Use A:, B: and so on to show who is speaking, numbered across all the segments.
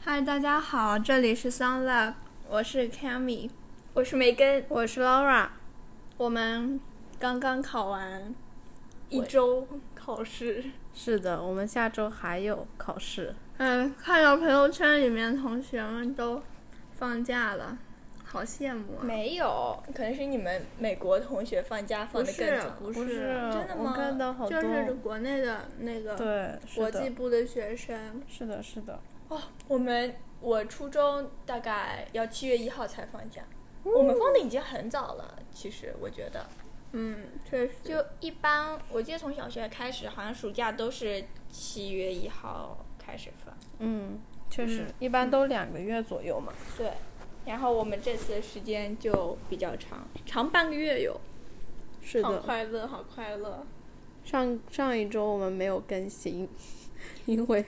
A: 嗨，大家好，这里是 Sun Lab，我是 Cammy，
B: 我是梅根，
A: 我是 Laura，我们刚刚考完，
B: 一周考试，
C: 是的，我们下周还有考试。
A: 嗯，看到朋友圈里面同学们都放假了，好羡慕啊！
B: 没有，可能是你们美国同学放假放的更早。
A: 不
C: 不是，
A: 是，
B: 真的吗
C: 我看到好多，
A: 就是国内的那个
C: 对，是
A: 国
C: 的
A: 际部的学生，
C: 是的，是的，
B: 哦，我们我初中大概要七月一号才放假，
C: 哦
B: 我们放的已经很早了。其实我觉得，
A: 嗯，确实
B: 就一般，我记得从小学开始，好像暑假都是七月一号开始放。
C: 嗯，确实，
A: 嗯
C: 一般都两个月左右嘛。
B: 对，然后我们这次的时间就比较长，长半个月有。
C: 嗯是
B: 好
C: 的，
B: 快乐，好快乐。
C: 上上一周我们没有更新， 因为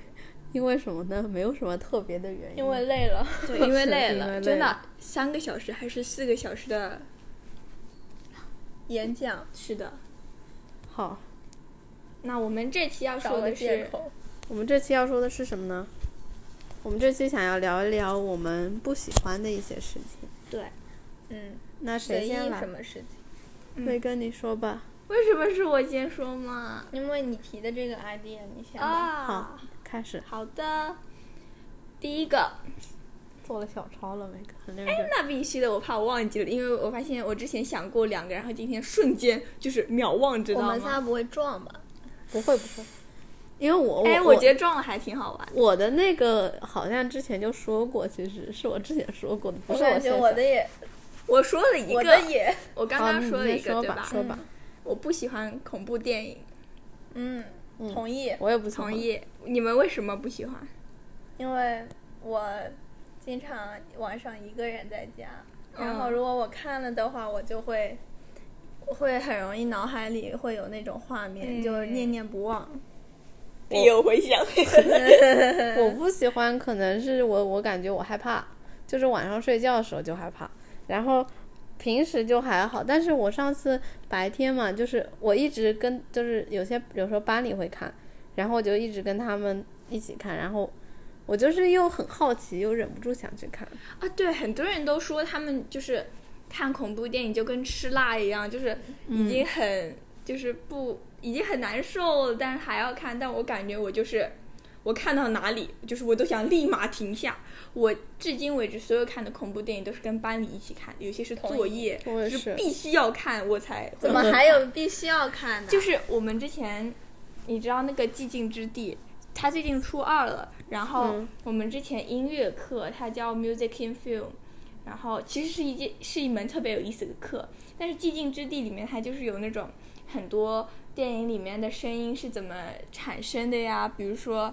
C: 因为什么呢？没有什么特别的原因，
B: 因为累了，对，
C: 因为累了
B: 真
C: 真
B: 的
C: 的
B: 三个小时还是四个小时的，
A: 演讲，
B: 是的。
C: 好，
B: 那我们这期要
A: 找
B: 说
A: 个
B: 的
A: 借
B: 是，
A: 口，
C: 我们这期要说的是什么呢？我们这期想要聊一聊我们不喜欢的一些事情。
B: 对，
A: 嗯，
C: 那
A: 随
C: 谁
A: 意
C: 先
A: 什
C: 来？
A: 么事情。
C: 会跟你说吧。
A: 为什么是我先说嘛？因为你提的这个 idea，你先吧。
C: 好，开始。
B: 啊好的。第一个，
C: 做了小抄了没？很认真。
B: 那必须的，我怕我忘记了，因为我发现我之前想过两个，然后今天瞬间就是秒忘，知
A: 我
B: 道
A: 们仨
B: 吗？
A: 不会撞吧？
C: 不会不会，因为我
B: 哎，
C: 我
B: 我觉得撞了还挺好玩。
C: 我的那个好像之前就说过，其实是我之前说过的，不是
A: 感
C: 现
A: 觉
C: 在。
A: 我的也，
B: 我说了一
A: 我的
B: 个，
A: 也，
B: 我刚
C: 好，
B: 刚
C: 你
B: 说了一
C: 先
B: 个，
C: 说
B: 对
C: 吧，
B: 吧？
C: 说吧。
B: 我不喜欢恐怖电影，
A: 嗯，
C: 嗯
A: 同意，
C: 我也不喜欢
B: 同。意。你们为什么不喜 欢？
A: 因为我经常晚上一个人在家，
B: 嗯
A: 然后如果我看了的话，我就会。会很容易脑海里会有那种画面，
B: 嗯
A: 就念念不 忘。
B: 必有回响。
C: 我不喜欢，可能是我我感觉我害怕，就是晚上睡觉的时候就害怕，然后平时就还好。但是我上次白天嘛，就是我一直跟就是有些有时候班里会看，然后我就一直跟他们一起看，然后我就是又很好奇，又忍不住想去看。
B: 啊，对，很多人都说他们就是看恐怖电影就跟吃辣一样，就是已经很、就是不已经很难受了，但是还要看。但我感觉我就是我看到哪里，就是我都想立马停下。我至今为止所有看的恐怖电影都是跟班里一起看，有些是作业，
C: 嗯我也
B: 就是必须要看我才
A: 怎么还有必须要看的？
B: 就是我们之前，你知道那个寂静之地，他最近初二了。然后
C: 嗯
B: 我们之前音乐课，它叫 Music in Film，然后其实是一件是一门特别有意思的课。但是寂静之地里面，它就是有那种很多电影里面的声音是怎么产生的呀？比如说，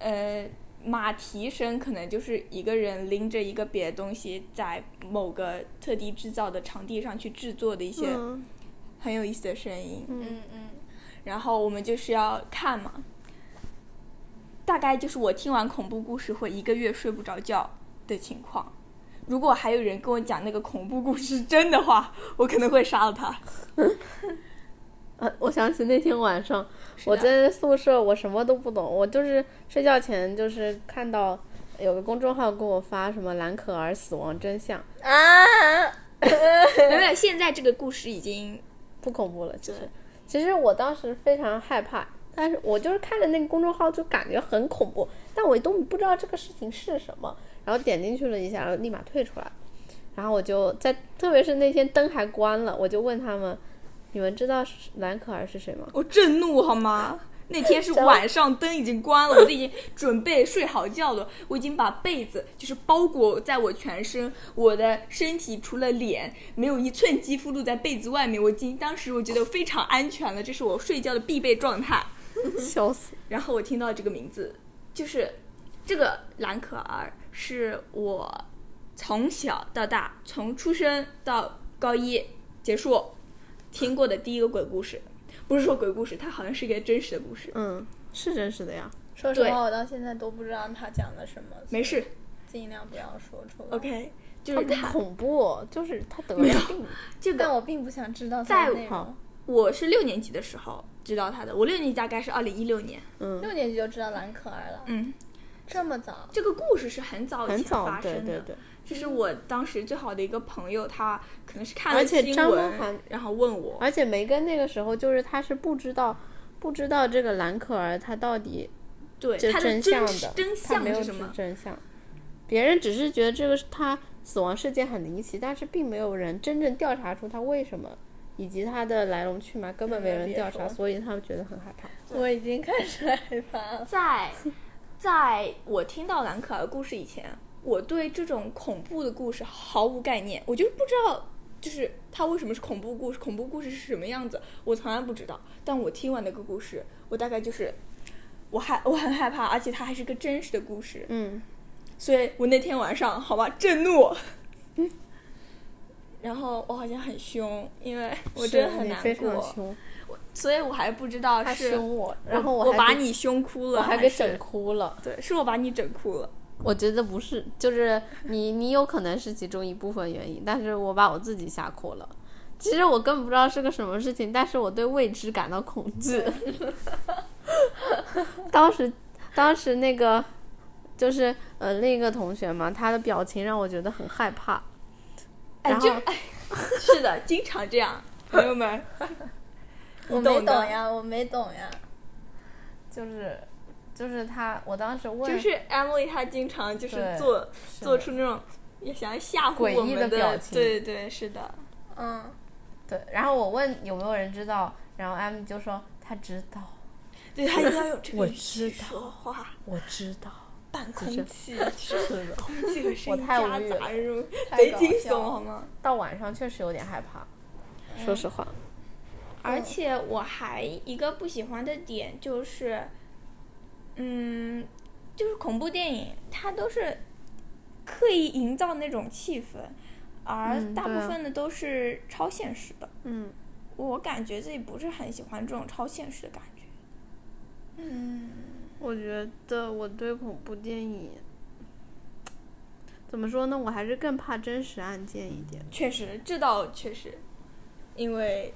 B: 呃，马蹄声可能就是一个人拎着一个别的东西，在某个特地制造的场地上去制作的一些
C: 嗯
B: 很有意思的声音。
A: 嗯嗯，
B: 然后我们就是要看嘛。大概就是我听完恐怖故事会一个月睡不着觉的情况。如果还有人跟我讲那个恐怖故事是真的话， 我可能会杀了他。
C: 呃，我想起那天晚上
B: 是
C: 我
B: 的
C: 在宿舍，我什么都不懂，我就是睡觉前就是看到有个公众号给我发什么蓝可儿死亡真相，
A: 啊，
B: 没有，现在这个故事已经
C: 不恐怖了，其实
B: 对
C: 其实我当时非常害怕，但是我就是看着那个公众号就感觉很恐怖，但我都不知道这个事情是什么，然后点进去了一下，然后立马退出来，然后我就在，特别是那天灯还关了，我就问他们，你们知道是蓝可儿是谁 吗？
B: 我震怒好吗？那天是晚上，灯已经关了，我都已经准备睡好觉了。我已经把被子就是包裹在我全身，我的身体除了脸，没有一寸肌肤露在被子外面。我已经当时我觉得非常安全了，这是我睡觉的必备状态。
C: 笑死！
B: 然后我听到这个名字，就是这个蓝可儿，是我从小到大，从出生到高一结束听过的第一个鬼故事。不是说鬼故事，它好像是一个真实的故事。
C: 嗯，是真实的呀。
A: 说实
B: 对
A: 话，我到现在都不知道他讲了什么，
B: 没事
A: 尽量不要说出来。
B: ，OK，就
C: 它
B: 是它
C: 不。恐怖，就是他得了病。
B: 这
A: 但
B: 个
A: 我并不想知道
B: 在
A: 它的内
C: 好
A: 容。
B: 我是六年级的时候知道它的，我六年级大概是二零一六年，
C: 嗯
A: 六年级就知道蓝可儿了，
B: 嗯，
A: 这么早，
B: 这个故事是很早以
C: 很
B: 前
C: 早
B: 发，生
C: 对
B: 的，
C: 对对，
B: 这是我当时最好的一个朋友，他可能是看
C: 而
B: 了
C: 且
B: 新
C: 张梦
B: 闻
C: 涵，
B: 然后问我，
C: 而且梅根那个时候就是他是不知道，不知道这个兰可儿她到底
B: 对
C: 就
B: 他的
C: 真
B: 真
C: 相
B: 实
C: 的，
B: 真
C: 他没
B: 相
C: 有
B: 是
C: 知
B: 什么？
C: 真相，别人只是觉得这个是他死亡事件很离奇，但是并没有人真正调查出他为什么。以及他的来龙去脉根本没人调
A: 别说
C: 查，所以他们觉得很害怕。
A: 我已经开始害怕了。
B: 在在我听到兰可儿故事以前，我对这种恐怖的故事毫无概念，我就是不知道，就是它为什么是恐怖故事，恐怖故事是什么样子，我从来不知道。但我听完那个故事，我大概就是。我害我很害怕，而且它还是个真实的故事，
C: 嗯，
B: 所以我那天晚上好吧震怒，
C: 嗯
B: 然后我好像很凶，因为我真的
C: 是
B: 很
C: 你
B: 难
C: 非常
B: 过，
C: 凶，
B: 所以我还不知道
C: 他
B: 是
C: 凶我，然后
B: 我
C: 还
B: 把
C: 给
B: 你凶哭
C: 我
B: 了，
C: 还给整哭了。
B: 对，是我把你整哭 了。
C: 我觉得不是，就是你你有可能是其中一部分原因，但是我把我自己吓哭了。其实我根本不知道是个什么事情，但是我对未知感到恐惧。 当时，当时那个就是呃另一个同学嘛，他的表情让我觉得很害怕。
B: 哎
C: 然，
B: 就
C: 后
B: 哎，是的，经常这样，朋友们。
A: 我没
B: 懂的
A: 懂呀，我没懂呀。
C: 就是就是他， 我当时问
B: 就是 Emily 她经常就是
C: 对
B: 做
C: 是
B: 做
C: 的
B: 出那种也想要吓唬
C: 诡
B: 我
C: 异
B: 们
C: 的表情
B: 对对是 的，
A: 嗯，
C: 对，然后我问有没有人知道，然后 M 就说他知道，
B: 对她一定要用这个
C: 我
B: 语气
C: 知道
B: 说话，
C: 我知 道。
B: 半
C: 就
B: 空
C: 是
B: 气，就是 空气和声
C: 我
B: 音
C: 太无
B: 夹
C: 语
B: 杂入，
A: 太
B: 贼
A: 搞
B: 惊
A: 笑
B: 悚
A: 了
B: 好吗？
C: 到晚上确实有点害怕，嗯说实话。
B: 而且我还一个不喜欢的点就是，嗯，就是恐怖电影它都是刻意营造那种气氛，而
C: 嗯
B: 大部
C: 对啊
B: 分的都是超现实的。
C: 嗯，
B: 我感觉自己不是很喜欢这种超现实的感觉。
C: 我觉得我对恐怖电影怎么说呢？我还是更怕真实案件一点。
B: 确实，这倒确实，因为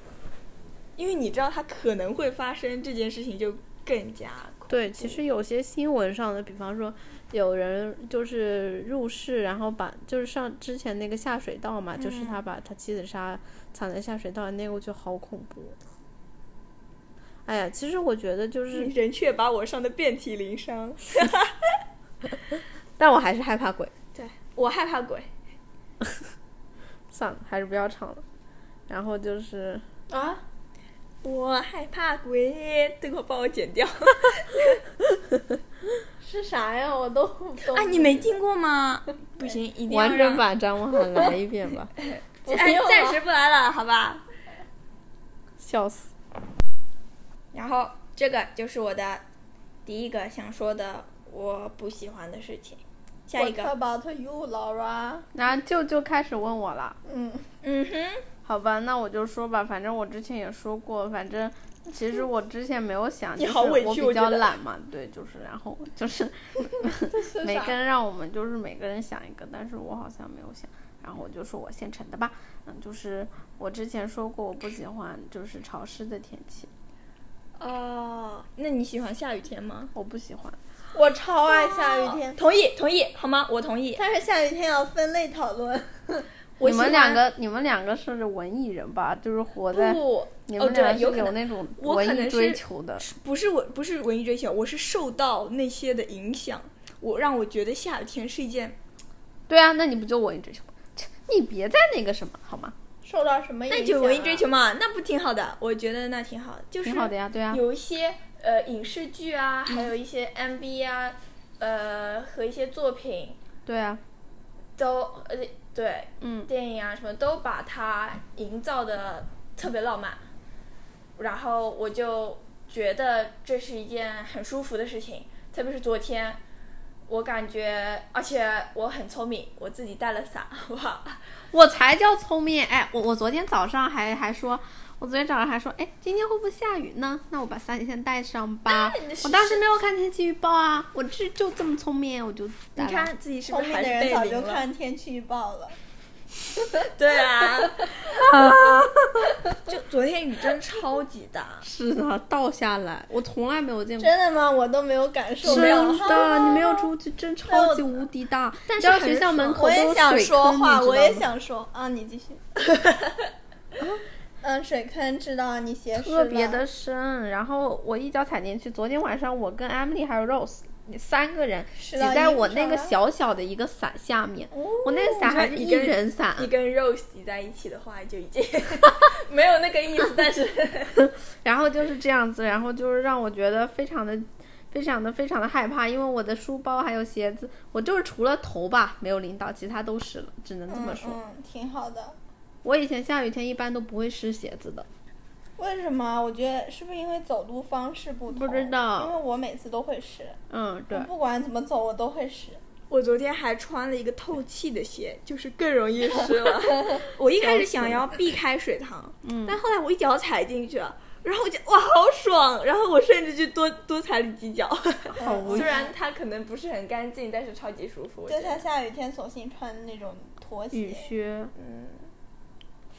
B: 因为你知道它可能会发生这件事情，就更加恐
C: 对，
B: 怖
C: 其实有些新闻上的，比方说有人就是入室，然后把就是上之前那个下水道嘛，就是他把他妻子杀藏在下水道，那个我觉得好恐怖。哎呀，其实我觉得就是
B: 人却把我伤得遍体鳞伤。
C: 但我还是害怕鬼，
B: 对我害怕鬼，
C: 算了，还是不要唱了。然后就是
A: 啊，
B: 我害怕鬼，这个帮我剪掉。
A: 是啥呀？ 我都不懂。
B: 啊，你没听过吗？不行，一定要
C: 完整
B: 让。
C: 版张梦涵来一遍 吧，
A: 不
B: 哎
A: 用，
B: 暂
A: 了
B: 时不来了，好吧。
C: 笑死！
B: 然后这个就是我的第一个想说的我不喜欢的事情。下一
A: What
B: 个，
A: about you, Laura？
C: 那就就开始问我了，
A: 嗯，
B: 嗯哼，
C: 好吧，那我就说吧，反正我之前也说过，反正其实我之前没有想，
B: 你
C: 就是
B: 好委屈
C: 我比
B: 我觉
C: 较
B: 得
C: 懒嘛，对，就是 然后就是
A: 这是
C: 每
A: 啥
C: 个？人让我们就是每个人想一个，但是我好像没有想。然后我就说我现成的吧，嗯，就是我之前说过我不喜欢就是潮湿的天气，
B: 哦，那你喜欢下雨天吗？哦
C: 我不喜欢。
A: 我超爱下雨天，
B: 同意，同意，好吗？我同意。
A: 但是下雨天要分类讨论。
B: 我
C: 你
B: 喜
C: 们
B: 欢
C: 两个，你们两个是文艺人吧？就是活在
B: 不，
C: 呃你
B: 哦
C: 们
B: 对
C: 俩是
B: 有可能
C: 那种
B: 我可
C: 文
B: 能
C: 艺追
B: 是
C: 求的。
B: 不是我，不是文艺追求，我是受到那些的影响，我让我觉得下雨天是一件。
C: 对啊，那你不就文艺追求吗？切你别再那个什么好吗？
A: 受到什么影响、啊
B: 那就文艺追求。嘛，那不挺好的？我觉得那挺好的，就是
C: 啊挺好的呀，对啊。
B: 有一些呃影视剧啊，还有一些 MV 啊，呃和一些作品
C: 对啊，
B: 都呃对
C: 嗯，
B: 电影啊什么都把它营造的特别浪漫，然后我就觉得这是一件很舒服的事情，特别是昨天。我感觉，而且我很聪明，我自己带了伞， 好不好？
C: 我才叫聪明。哎，我我昨天早上还还说，我昨天早上还说，哎，今天会不会下雨呢？那我把伞先带上吧。
B: 你是
C: 我当时没有看天气预报啊，我这就这么聪明，我就带
B: 你
C: 了。
B: 看自己是不
A: 聪
B: 是
A: 明
B: 还
A: 的
B: 是
A: 人
B: 被
A: 早
B: 淋
A: 就
B: 了？
A: 看天气预报了。
B: 对啊， 就昨天雨真超级大，
C: 是的，倒下来，我从来没有见过。
A: 真的吗？我都没有感受
C: 真
A: 到。
C: 的，你没有出去，真超级无敌大。但是啊学校门口
A: 我
C: 都
A: 也
C: 是
A: 想
C: 水
A: 说
C: 坑，你
A: 话，
C: 知道
A: 我也
C: 吗
A: 想说啊，你继 续。嗯，水坑知道你斜视
C: 特别
A: 了
C: 的深，然后我一脚踩进去。昨天晚上我跟 Emily 还有 Rose 三个人
A: 是
C: 挤
A: 的
C: 在
A: 你
C: 我
A: 上
C: 那个
A: 来
C: 小小的一个伞下面，
A: 哦
C: 我那个伞还是
B: 你
C: 一
B: 看你跟
C: 人伞，
B: 你跟 Rose 挤在一起的话，就已经 没有那个意思，但是
C: 然后就是这样子，然后就是让我觉得非常的、非常的、非常的害怕，因为我的书包还有鞋子，我就是除了头吧没有淋到，其他都湿了，只能这么说。
A: 嗯嗯，挺好的。
C: 我以前下雨天一般都不会湿鞋子的，
A: 为什么？我觉得是不是因为走路方式不同？
C: 不知道
A: 因为我每次都会湿，
C: 嗯，对
A: 我，不管怎么走我都会湿。
B: 我昨天还穿了一个透气的鞋，就是更容易湿 了。我一开始想要避开水塘，嗯，但后来我一脚踩进去了，然后我就哇好爽，然后我甚至就多多踩了几脚。
C: 好无语
B: 虽。然它可能不是很干净，但是超级舒服。我觉
A: 就
B: 得
A: 像下雨天，索性穿那种拖鞋。
C: 雨靴，
A: 嗯，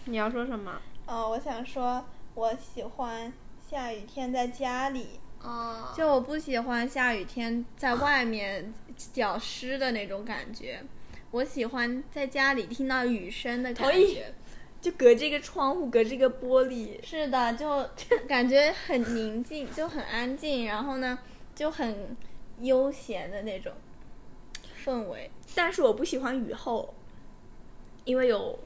C: 你要说什么？
A: 哦，我想说，我喜欢下雨天在家里。
B: 啊，
A: 就我不喜欢下雨天在外面脚湿的那种感觉，我喜欢在家里听到雨声的感
B: 同意
A: 觉。
B: 就隔这个窗户，隔这个玻璃，
A: 哎是的，就 感觉很宁静，就很安静，然后呢，就很悠闲的那种氛围。
B: 但是我不喜欢雨后，因为有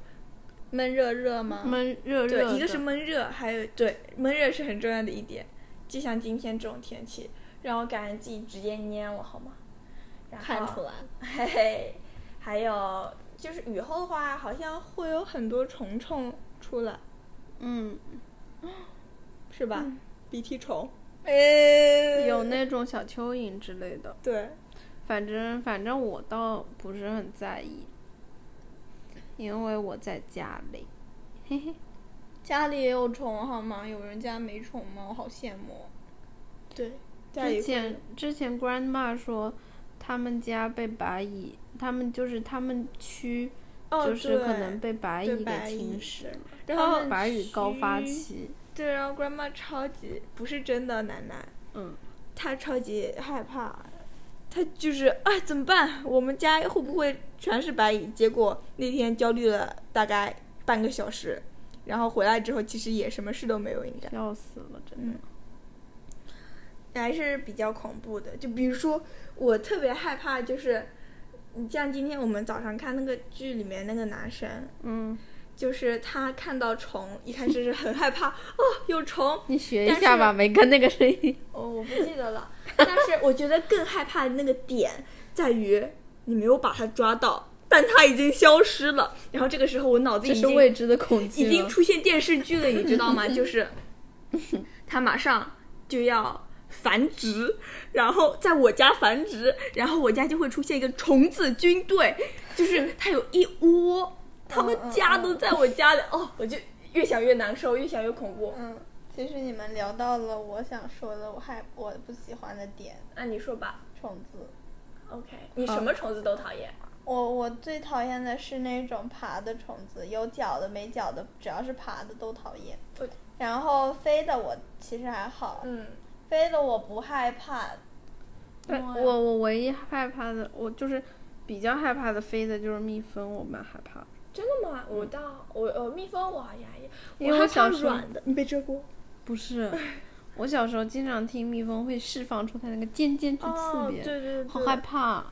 A: 闷热热吗？
C: 闷热热
B: 对，
C: 的，
B: 一个是闷热，还有对闷热是很重要的一点。就像今天这种天气，让我感觉自己直接蔫了，好吗？然后
A: 看出来，
B: 嘿嘿，还有就是雨后的话，好像会有很多虫虫出来，
C: 嗯，
B: 是吧？
A: 嗯
B: 鼻涕虫，
A: 哎
C: 有那种小蚯蚓之类的，
B: 对，
C: 反正反正我倒不是很在意，因为我在家里。
A: 家里也有虫好吗？有人家没虫吗？我好羡慕。
B: 对，家里
C: 之
B: 会
C: 前之前 grandma 说，他们家被白蚁，他们就是他们区
B: 哦，
C: 就是
B: 对
C: 可能被白
B: 对
C: 蚁
B: 白
C: 给
B: 蚁
C: 侵蚀了，
B: 然
C: 他
B: 后
C: 们白蚁高发
B: 区
C: 期，
B: 对，然后 grandma 超级不是真的楠楠，
C: 嗯，
B: 她超级害怕，她就是啊怎么办？我们家会不会全是白蚁？结果那天焦虑了大概半个小时，然后回来之后其实也什么事都没有，应该
C: 笑死了，真的。
B: 还是比较恐怖的。就比如说我特别害怕，就是你像今天我们早上看那个剧里面那个男生，
C: 嗯，
B: 就是他看到虫一开始是很害怕，哦有虫，
C: 你学一
B: 但
C: 下
B: 是
C: 吧，梅根那个声音。
B: 哦，我不记得了。但是我觉得更害怕的那个点在于你没有把它抓到，但它已经消失了。然后这个时候我脑子
C: 这
B: 已
C: 是
B: 经
C: 未知的恐惧
B: 已
C: 了
B: 经出现电视剧了，你知道 吗？就是它马上就要繁殖，然后在我家繁殖，然后我家就会出现一个虫子军队，就是它有一窝，他们
C: 嗯
B: 家都在我家里。哦，我就越想越难受，越想越恐怖。
A: 嗯，其实你们聊到了我想说的，我还我不喜欢的点，
B: 那、你说吧
A: 虫子。
B: ，OK，你
C: 嗯
B: 什么虫子都讨厌？
A: 我我最讨厌的是那种爬的虫子，有脚的没脚的，只要是爬的都讨厌。
B: 我
A: 然后飞的我其实还好，
B: 嗯，
A: 飞的我不害怕。
C: 对啊
B: 哇
C: 我我唯一害怕的，我就是比较害怕的飞的就是蜜蜂，我蛮害怕的。
B: 真的吗？我到我呃蜜蜂我好像也，
C: 因为
B: 我害
C: 我
B: 怕
C: 小时候
B: 软的，你被蛰过？
C: 不是， 我小时候经常听蜜蜂会释放出它那个尖尖去刺
B: 哦，
C: 别
B: 对对对，
C: 好害怕。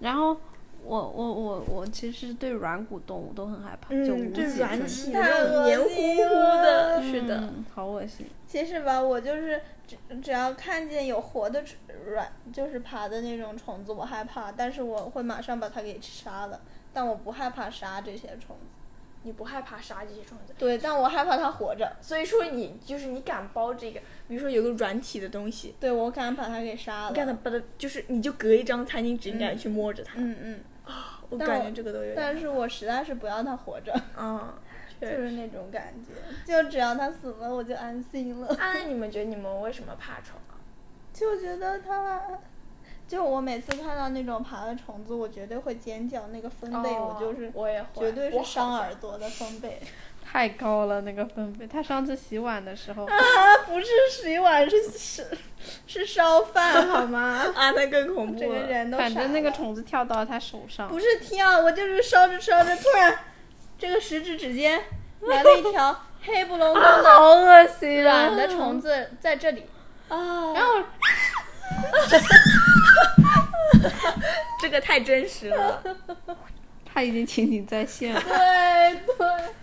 C: 然后我我我我其实对软骨动物都很害怕，就
B: 嗯，
C: 无
B: 对
C: 脊
B: 软
C: 椎
B: 体
A: 太
B: 那种
A: 恶
B: 黏糊
A: 心
B: 糊的，
A: 了
B: 是的，
C: 嗯好恶心。
A: 其实吧，我就是只只要看见有活的虫软，就是爬的那种虫子，我害怕，但是我会马上把它给杀了。但我不害怕杀这些虫子，
B: 你不害怕杀这些虫子？
A: 对，但我害怕它活着，
B: 所以说你就是你敢包这个，比如说有个软体的东西，
A: 对我敢把它给杀了。
B: 你敢把它就是你就隔一张餐巾纸，你敢去摸着它？
A: 嗯嗯，
B: 我
A: 但
B: 感
A: 我
B: 觉这个都有点，
A: 但是我实在是不要它活着，
B: 嗯，
A: 就
B: 确
A: 是那种感觉，就只要它死了我就安心了，
B: 啊，那你们觉得你们为什么怕虫啊？
A: 就觉得它就我每次看到那种爬的虫子，我绝对会尖叫，那个分贝
B: 哦
A: 我就是
B: 我也会，
A: 绝对
B: 我
A: 是
B: 好
A: 伤
B: 像
A: 耳朵的分 贝。
C: 太高了那个分贝。他上次洗碗的时候，
A: 不是洗碗，是是是烧 饭好 吗？
B: 啊，那更恐
A: 整
B: 怖
A: 个
B: 了。
A: 人都
C: 反正
A: 傻
C: 那个
A: 了
C: 虫子跳到了他手上，
A: 不是跳，我就是烧着烧着，突然这个食指指尖来了一条黑不隆咚的
C: 好恶心啊！
A: 软的虫子在这里，
B: 啊，
C: 然后
B: 这个太真实了。
C: 他已经情景再现了，
A: 对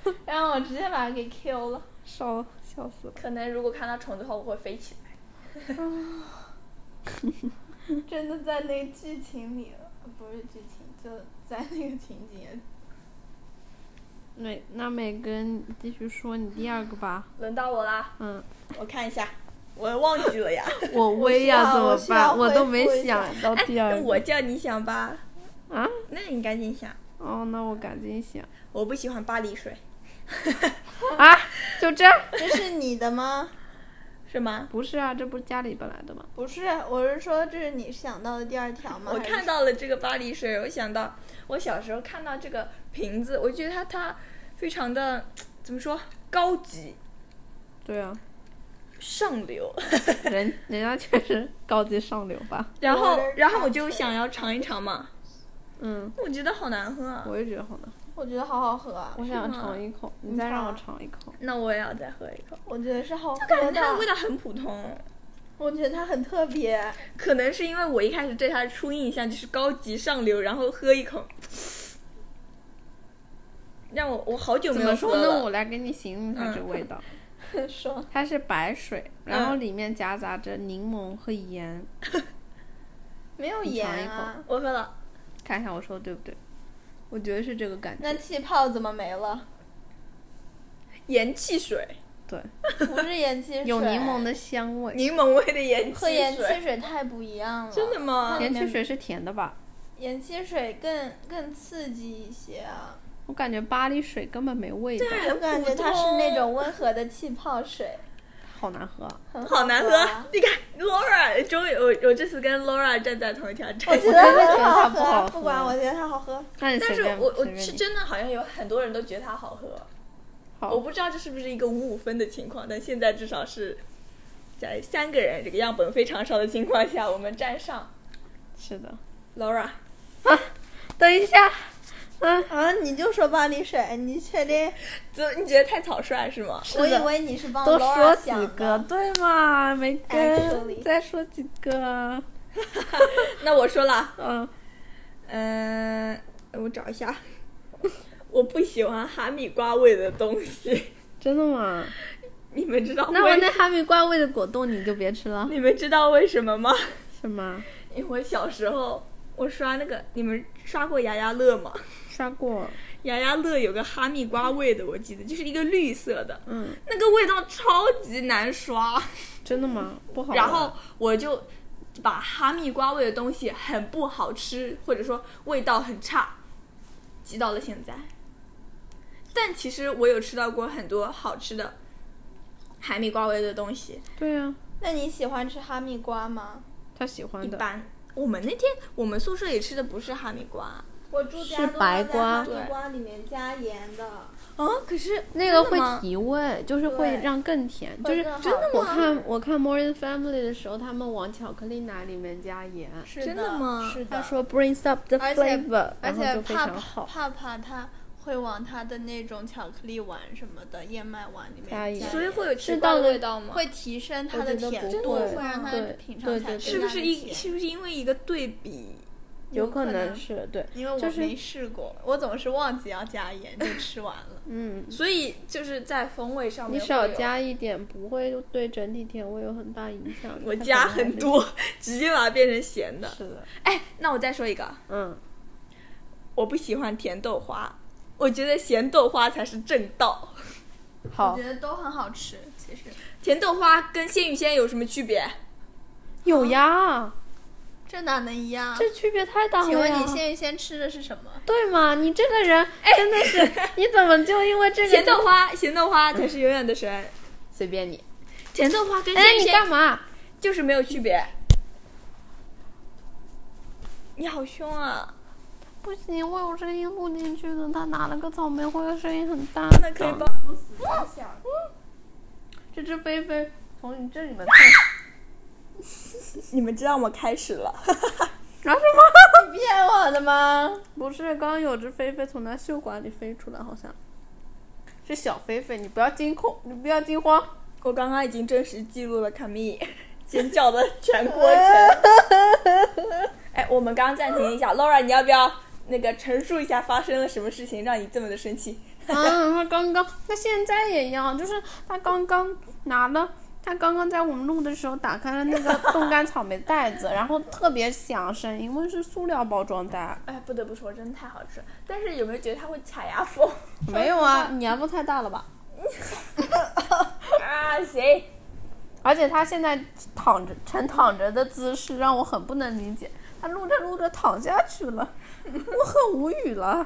A: 对，然后我直接把它给 Q 了。
C: 笑笑死了。
B: 可能如果看到虫子的话，我会飞起来。
A: 真的在那个剧情里了，不是剧情，就在那个情节。
C: 美，那美根你继续说你第二个吧。
B: 轮到我啦，
C: 嗯，
B: 我看一下，我忘记了 呀。
C: 我微
A: 需
C: 呀
A: 要
C: 怎么
A: 我需要
C: 办？我都没
A: 恢复一
C: 想
A: 下
C: 到第二
B: 哎那
C: 个。
B: 我叫你想吧，
C: 啊？
B: 那你赶紧想。
C: 哦，那我赶紧想
B: 我不喜欢巴黎水，
C: 啊！就这？
A: 这是你的吗？
B: 是吗？
C: 不是啊，这不是家里本来的吗？
A: 不是，啊我是说这是你想到的第二条吗？
B: 我
A: 还
B: 看
A: 是
B: 到了这个巴黎水，我想到我小时候看到这个瓶子，我觉得它它非常的怎么说高级
C: 对啊，
B: 上 流，
C: 人人家确实高级上流吧。
B: 然后
A: 有点
B: 然后我
A: 上
B: 就
A: 头
B: 想要尝一尝嘛，
C: 嗯，
B: 我觉得好难喝啊，
C: 我也觉得好难。
A: 我觉得好好喝啊，
C: 我想
B: 吗
C: 尝一口，你
A: 你
C: 再
A: 尝
C: 让我
A: 啊
C: 尝一口。
B: 那我也要再喝一口。
A: 我觉得是好喝
B: 感觉它的味
A: 的，
B: 道很普通，
A: 我觉得它很特别。
B: 可能是因为我一开始对它的初印象就是高级上流，然后喝一口，让我我好久
C: 怎
B: 没
C: 么
B: 有喝
C: 说呢？
B: 了。
C: 我来给你形容一下这个味道，
A: 很爽，
C: 它是白水，然后
B: 嗯
C: 里面夹杂着柠檬和盐。
A: 没有
C: 你
A: 盐
C: 尝一
A: 啊。
B: 我喝了，
C: 看一下我说的对不对？我觉得是这个感觉。
A: 那气泡怎么没了？
B: 盐汽水，
C: 对，
A: 不是盐汽水，
C: 有柠檬的香味。
B: 柠檬味的盐汽
A: 和盐
B: 水，
A: 汽水太不一样了。
B: 真的？吗？
C: 盐汽水是甜的吧？
A: 盐汽水更更刺激一些啊，
C: 我感觉巴黎水根本没味道，
A: 我感觉它是那种温和的气泡水，
C: 好难喝啊。
A: 很
B: 好难喝
A: 啊。。
B: 你看，Laura 终于，我我这次跟 Laura 站在同一条
A: 我
B: 战
A: 觉
B: 线。
A: 得
C: 哎觉得它不
A: 很
C: 好
A: 好
C: 喝
A: 喝，不管，我觉得它好喝。
C: 那你
B: 但
C: 随
B: 是
C: 便，
B: 我
C: 随
B: 我
C: 便
B: 是
C: 你
B: 真的好像有很多人都觉得它好喝，
C: 好
B: 我不知道这是不是一个五五分的情况，但现在至少是在三个人这个样本非常少的情况下，我们站上
C: 是的。
B: Laura。
C: 等一下，
A: 啊，你就说巴黎水，你确定？
B: 怎么你觉得太草率是吗？
A: 我以为你是帮
C: 多
A: Laura
C: 说几
A: 哦想
C: 个，
A: 的。
C: 对嘛？没跟，
A: Actually
C: 再说几个。
B: 那我说了，
C: 嗯，
B: 嗯、我找一下，我不喜欢哈密瓜味的东西，
C: 真的吗？
B: 你们知道
C: 那我
B: 为
C: 那哈密瓜味的果冻你就别吃了，
B: 你们知道为什么吗？
C: 是吗？
B: 因为小时候我刷那个，你们刷过牙牙乐吗？
C: 刷过，
B: 牙牙乐有个哈密瓜味的，我记得就是一个绿色的，
C: 嗯，
B: 那个味道超级难刷。
C: 真的吗？不好。
B: 然后，我就把哈密瓜味的东西很不好吃，或者说味道很差，记到了现在。但其实我有吃到过很多好吃的哈密瓜味的东西，
C: 对啊，
A: 那你喜欢吃哈密瓜吗？
C: 他喜欢
B: 一
C: 的。
B: 般。我们那天我们宿舍里吃的不是哈密瓜啊，
A: 我住家
C: 是
A: 都
C: 白
A: 要在哈
C: 瓜
A: 密瓜里面加盐的。
B: 可是
C: 那个
B: 真的吗
C: 会提味，就是会
A: 对
C: 让更甜，就是
A: 会更好
B: 真的
C: 我看我看《Modern Family》的时候，他们往巧克力奶里面加盐，
A: 是的
B: 真的吗
A: 是的。
C: 他说 brings up the
A: 而且
C: flavor，
A: 而
C: 然后
A: 且
C: 就非
A: 怕
C: 常好。
A: 怕怕他会往他的那种巧克力碗什么的燕麦碗里面
C: 加
A: 加
C: 一
A: 盐，
C: 点
B: 所以会有
C: 吃
B: 吃
C: 到
B: 到
C: 了
B: 味道吗？
A: 会提升它的
C: 我觉得
A: 甜
C: 不
A: 度，
C: 会
A: 会让它
C: 对
A: 品尝
C: 对
A: 起来
C: 对
B: 是不是一
A: 甜
B: 是不是因为一个对比？
C: 有
A: 可
C: 能
A: 能
C: 是对，
A: 因为我
C: 就是。
A: 没试过，我总是忘记要加盐就吃完了
C: 嗯，
B: 所以就是在风味上
C: 你
B: 面，
C: 少。加一点，不会对整体甜味有很大影响。
B: 我
C: 它
B: 加
C: 可能还
B: 很
C: 是，
B: 多， 直接把它变成咸的。
C: 是的，
B: 哎，那我再说一个，
C: 嗯，
B: 我不喜欢甜豆花，我觉得咸豆花才是正道。
A: 我
C: 好
A: 觉，得都很好吃，其实
B: 甜豆花跟鲜芋仙有什么区别？
C: 有呀，
A: 这哪能一样？
C: 这区别太大了
A: 啊请问你哎
C: 呀。
A: 鲜芋仙吃的是什么？
C: 对嘛？你这个人真的是， 你怎么就因为这个
B: 咸
C: 就
B: 豆花，咸豆花才是永远的神。
C: 随便你？
B: 甜豆花跟
C: 哎，
B: 鲜芋
C: 你
B: 仙
C: 干嘛？
B: 就是没有区别。你好凶啊！
C: 不行，我有声音录进去的。他拿了个草莓灰，声音很大。
B: 那可以帮
A: 不死不响。
C: 这只飞飞从你这 里面
B: 你们知道我开始了，
C: 啊什么？ 你骗我的吗？不是，刚刚有只飞飞从他袖管里飞出来，好像是小飞飞。你不要惊恐，你不要惊 慌。
B: 我刚刚已经真实记录了卡米尖叫的全过程。哎，我们刚刚暂停一下，Laura，你要不要那个陈述一下发生了什么事情，让你这么的生气？
C: 嗯，他刚刚，他现在也一样，就是他刚刚拿了，他刚刚在我们录的时候打开了那个冻干草莓袋子，然后特别响声，因为是塑料包 装袋。
B: 哎，不得不说，真的太好吃了。但是有没有觉得它会卡牙缝？
C: 没有啊，你牙缝太大了吧？
B: 啊，行，
C: 而且他现在躺着呈躺着的姿势让我很不能理解，他录着录着躺下去了， 我很无语了。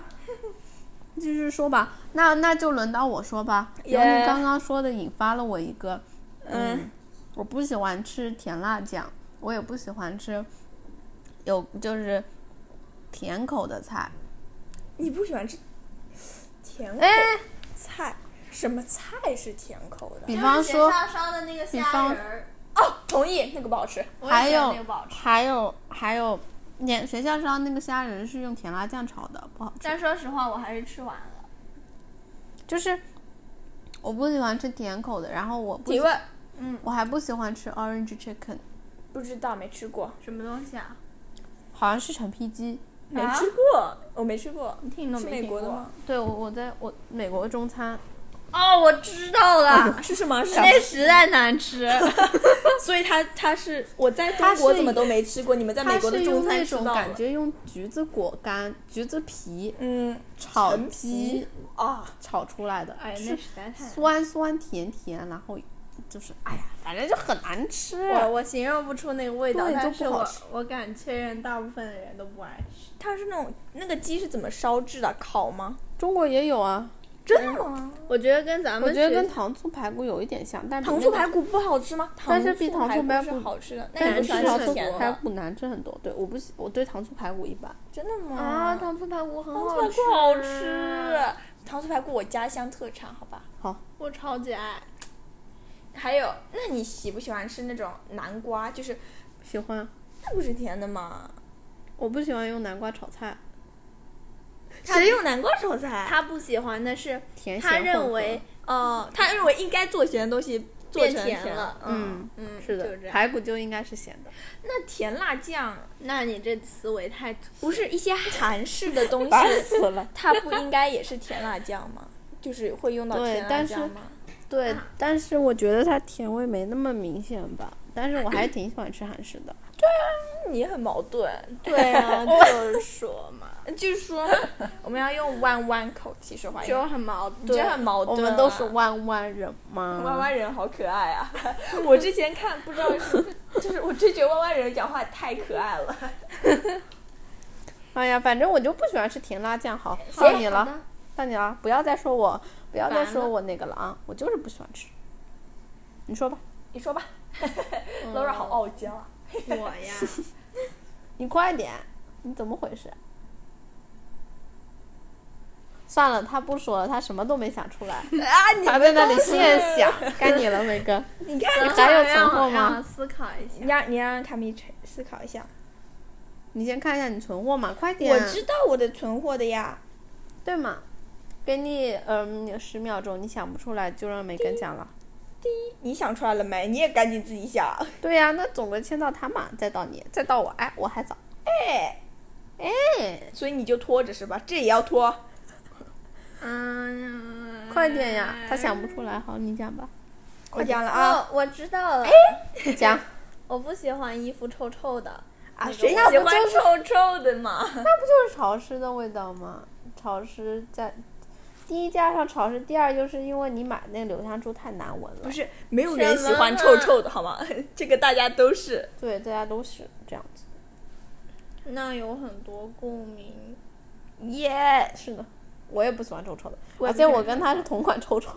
C: 继续说吧，那那就轮到我说吧。由你
B: Yeah
C: 刚刚说的引发了我一个，
B: 嗯
C: 嗯，我不喜欢吃甜辣酱，我也不喜欢吃有就是甜口的菜。
B: 你不喜欢吃甜口
C: 哎，
B: 菜？什么菜是甜口的？
C: 比方说，
A: 烧烧的那个
C: 比方
A: 虾仁儿，
B: 哦，同意，那个不好吃。
A: 我
C: 还
A: 也觉得
C: 有
A: 那个不好吃。
C: 还有还有，连学校烧那个虾仁是用甜辣酱炒的，不好吃。
A: 但说实话，我还是吃完了。
C: 就是我不喜欢吃甜口的，然后我不
B: 提
C: 喜
B: 问，
C: 我还不喜欢吃 orange chicken，
B: 不知道，没吃过，
A: 什么东西啊？
C: 好像是陈皮鸡。
B: 没
A: 啊
B: 吃过，我没吃过。
A: 你听都
B: 是
A: 没
B: 美
A: 听过
B: 国的吗？？
C: 对，我我在我美国中餐，
A: 哦，我知道
C: 啊
A: 了，
B: 是什么？是
A: 那实在难 吃。
B: 所以它它是我在
C: 它
B: 中
C: 是
B: 国怎么都没吃过，你们在美
C: 它
B: 国的
C: 是
B: 中
C: 用那
B: 餐吃
C: 种
B: 到
C: 感
B: 了。
C: 觉用橘子果干、橘子皮
B: 嗯
C: 炒
B: 陈
C: 鸡
B: 皮啊，
C: 炒出来的，
A: 哎，那
C: 是
A: 实在太……
C: 酸酸甜甜，然后就是哎呀，反正就很难吃。啊
A: 我我形容不出那个味道，
C: 对
A: 但
C: 都
A: 是
C: 不好
A: 我
C: 吃
A: 我敢确认，大部分的人都不爱吃。
B: 它是那种那个鸡是怎么烧制的？烤吗？嗯
C: 中国也有啊，
B: 真的吗？
A: 我觉得跟咱
C: 我
A: 们
C: 觉得
A: 学
C: 跟糖醋排骨有一点像，但比
B: 糖
C: 那
B: 醋
C: 个
B: 排骨不好吃吗？
C: 但是比
B: 糖
C: 糖醋排
B: 是
C: 骨
B: 好吃的，那
C: 但
B: 你
C: 不
A: 难
B: 喜
C: 是
A: 吃
B: 欢
C: 糖
B: 吃
C: 醋
B: 甜
C: 排
B: 的？
C: 骨难吃很多。对，我不喜，我对糖醋排骨一般。
B: 真的吗？
A: 啊，糖醋排骨很
B: 糖醋
A: 好
B: 排
A: 吃，
B: 骨好吃，糖醋排骨我家乡特产，好吧？
A: 我超级爱。
B: 还有，那你喜不喜欢吃那种南瓜？就是
C: 喜欢，
B: 那不是甜的吗？
C: 我不喜欢用南瓜炒菜，
B: 谁用南瓜炒
C: 啊
B: 菜？
A: 他不喜欢的是，
C: 甜咸
A: 他
C: 混合
A: 认为
B: 哦，他认为应该做咸的东西做
A: 变
B: 成
A: 甜
B: 甜
A: 了。
C: 嗯，
B: 嗯，
C: 是
A: 就是这
C: 的，
A: 样
C: 排骨就应该是咸的。
B: 那甜辣酱
A: 那你这思维太
B: 不是一些韩式的 东
C: 烦
B: 西，
C: 死了。
B: 它不应该也是甜辣酱吗？就是会用到
C: 对
B: 甜辣
C: 但是
B: 酱吗？
A: 哎
C: 对，但是我觉得它甜味没那么明显吧，但是我还挺喜欢吃韩式的。
B: 你很矛盾。
A: 对啊，就是说嘛，
B: 就是说，我们要用弯弯口气说话，因为
A: 就很矛
B: 你真的很
A: 盾。
B: 矛
C: 我
B: 盾啊。
C: 们都是弯哦弯人嘛，
B: 弯弯人好可爱 啊！我之前看不知道是，就是我真觉得弯弯人讲话太可爱了。
C: 哎呀，反正我就不喜欢吃甜辣酱。好，
A: 好
C: 到你
A: 好
C: 了
A: 的，
C: 到你了，不要再说我，不要再
A: 完
C: 说
A: 了
C: 我那个了啊！我就是不喜欢吃。你说吧，
B: 你说吧，Laura 好傲娇啊！
A: 我呀，
C: 你快点，你怎么回事？算了，他不说了，他什么都没想出来，
B: 啊， 你
C: 他在那里现想。 该你了，梅哥。
B: 你看，
C: 还有存货吗
A: 让我思考一
B: 你
A: 下。
B: 让你让卡米沉思考一下。
C: 你先看一下你存货嘛，快点。
B: 我知道我的存货的呀，
C: 对嘛？给你嗯十秒钟，你想不出来就让梅根讲了。
B: 你想出来了没？你也赶紧自己想。
C: 对呀、那总归先到他嘛，再到你，再到我，哎，我还早。
B: 哎，
C: 哎，
B: 嗯所以你就拖着是吧？这也要拖。
A: 嗯，
C: 快点呀，他想不出来，好，你讲吧，
B: 我讲了啊
A: 哦，我知道了。
C: 讲。
A: 我不喜欢衣服臭臭的，
B: 啊！
A: 那个
B: 谁
A: 我
B: 喜
A: 喜
B: 欢
A: 欢臭臭的嘛？
C: 那不就是潮湿的味道吗？潮湿在第一加上潮湿，第二就是因为你买那个留香珠太难闻了
B: 不。是没有人喜
A: 什么
B: 欢
A: 呢
B: 臭臭的好吗？ 这个大家都是。
C: 对，大家都是这样子。
A: 那有很多共鸣。
B: 耶、
C: 是的，我也不喜欢臭臭的，
B: 我也
C: 而
B: 不喜
C: 且
B: 欢
C: 我跟他是同款臭臭。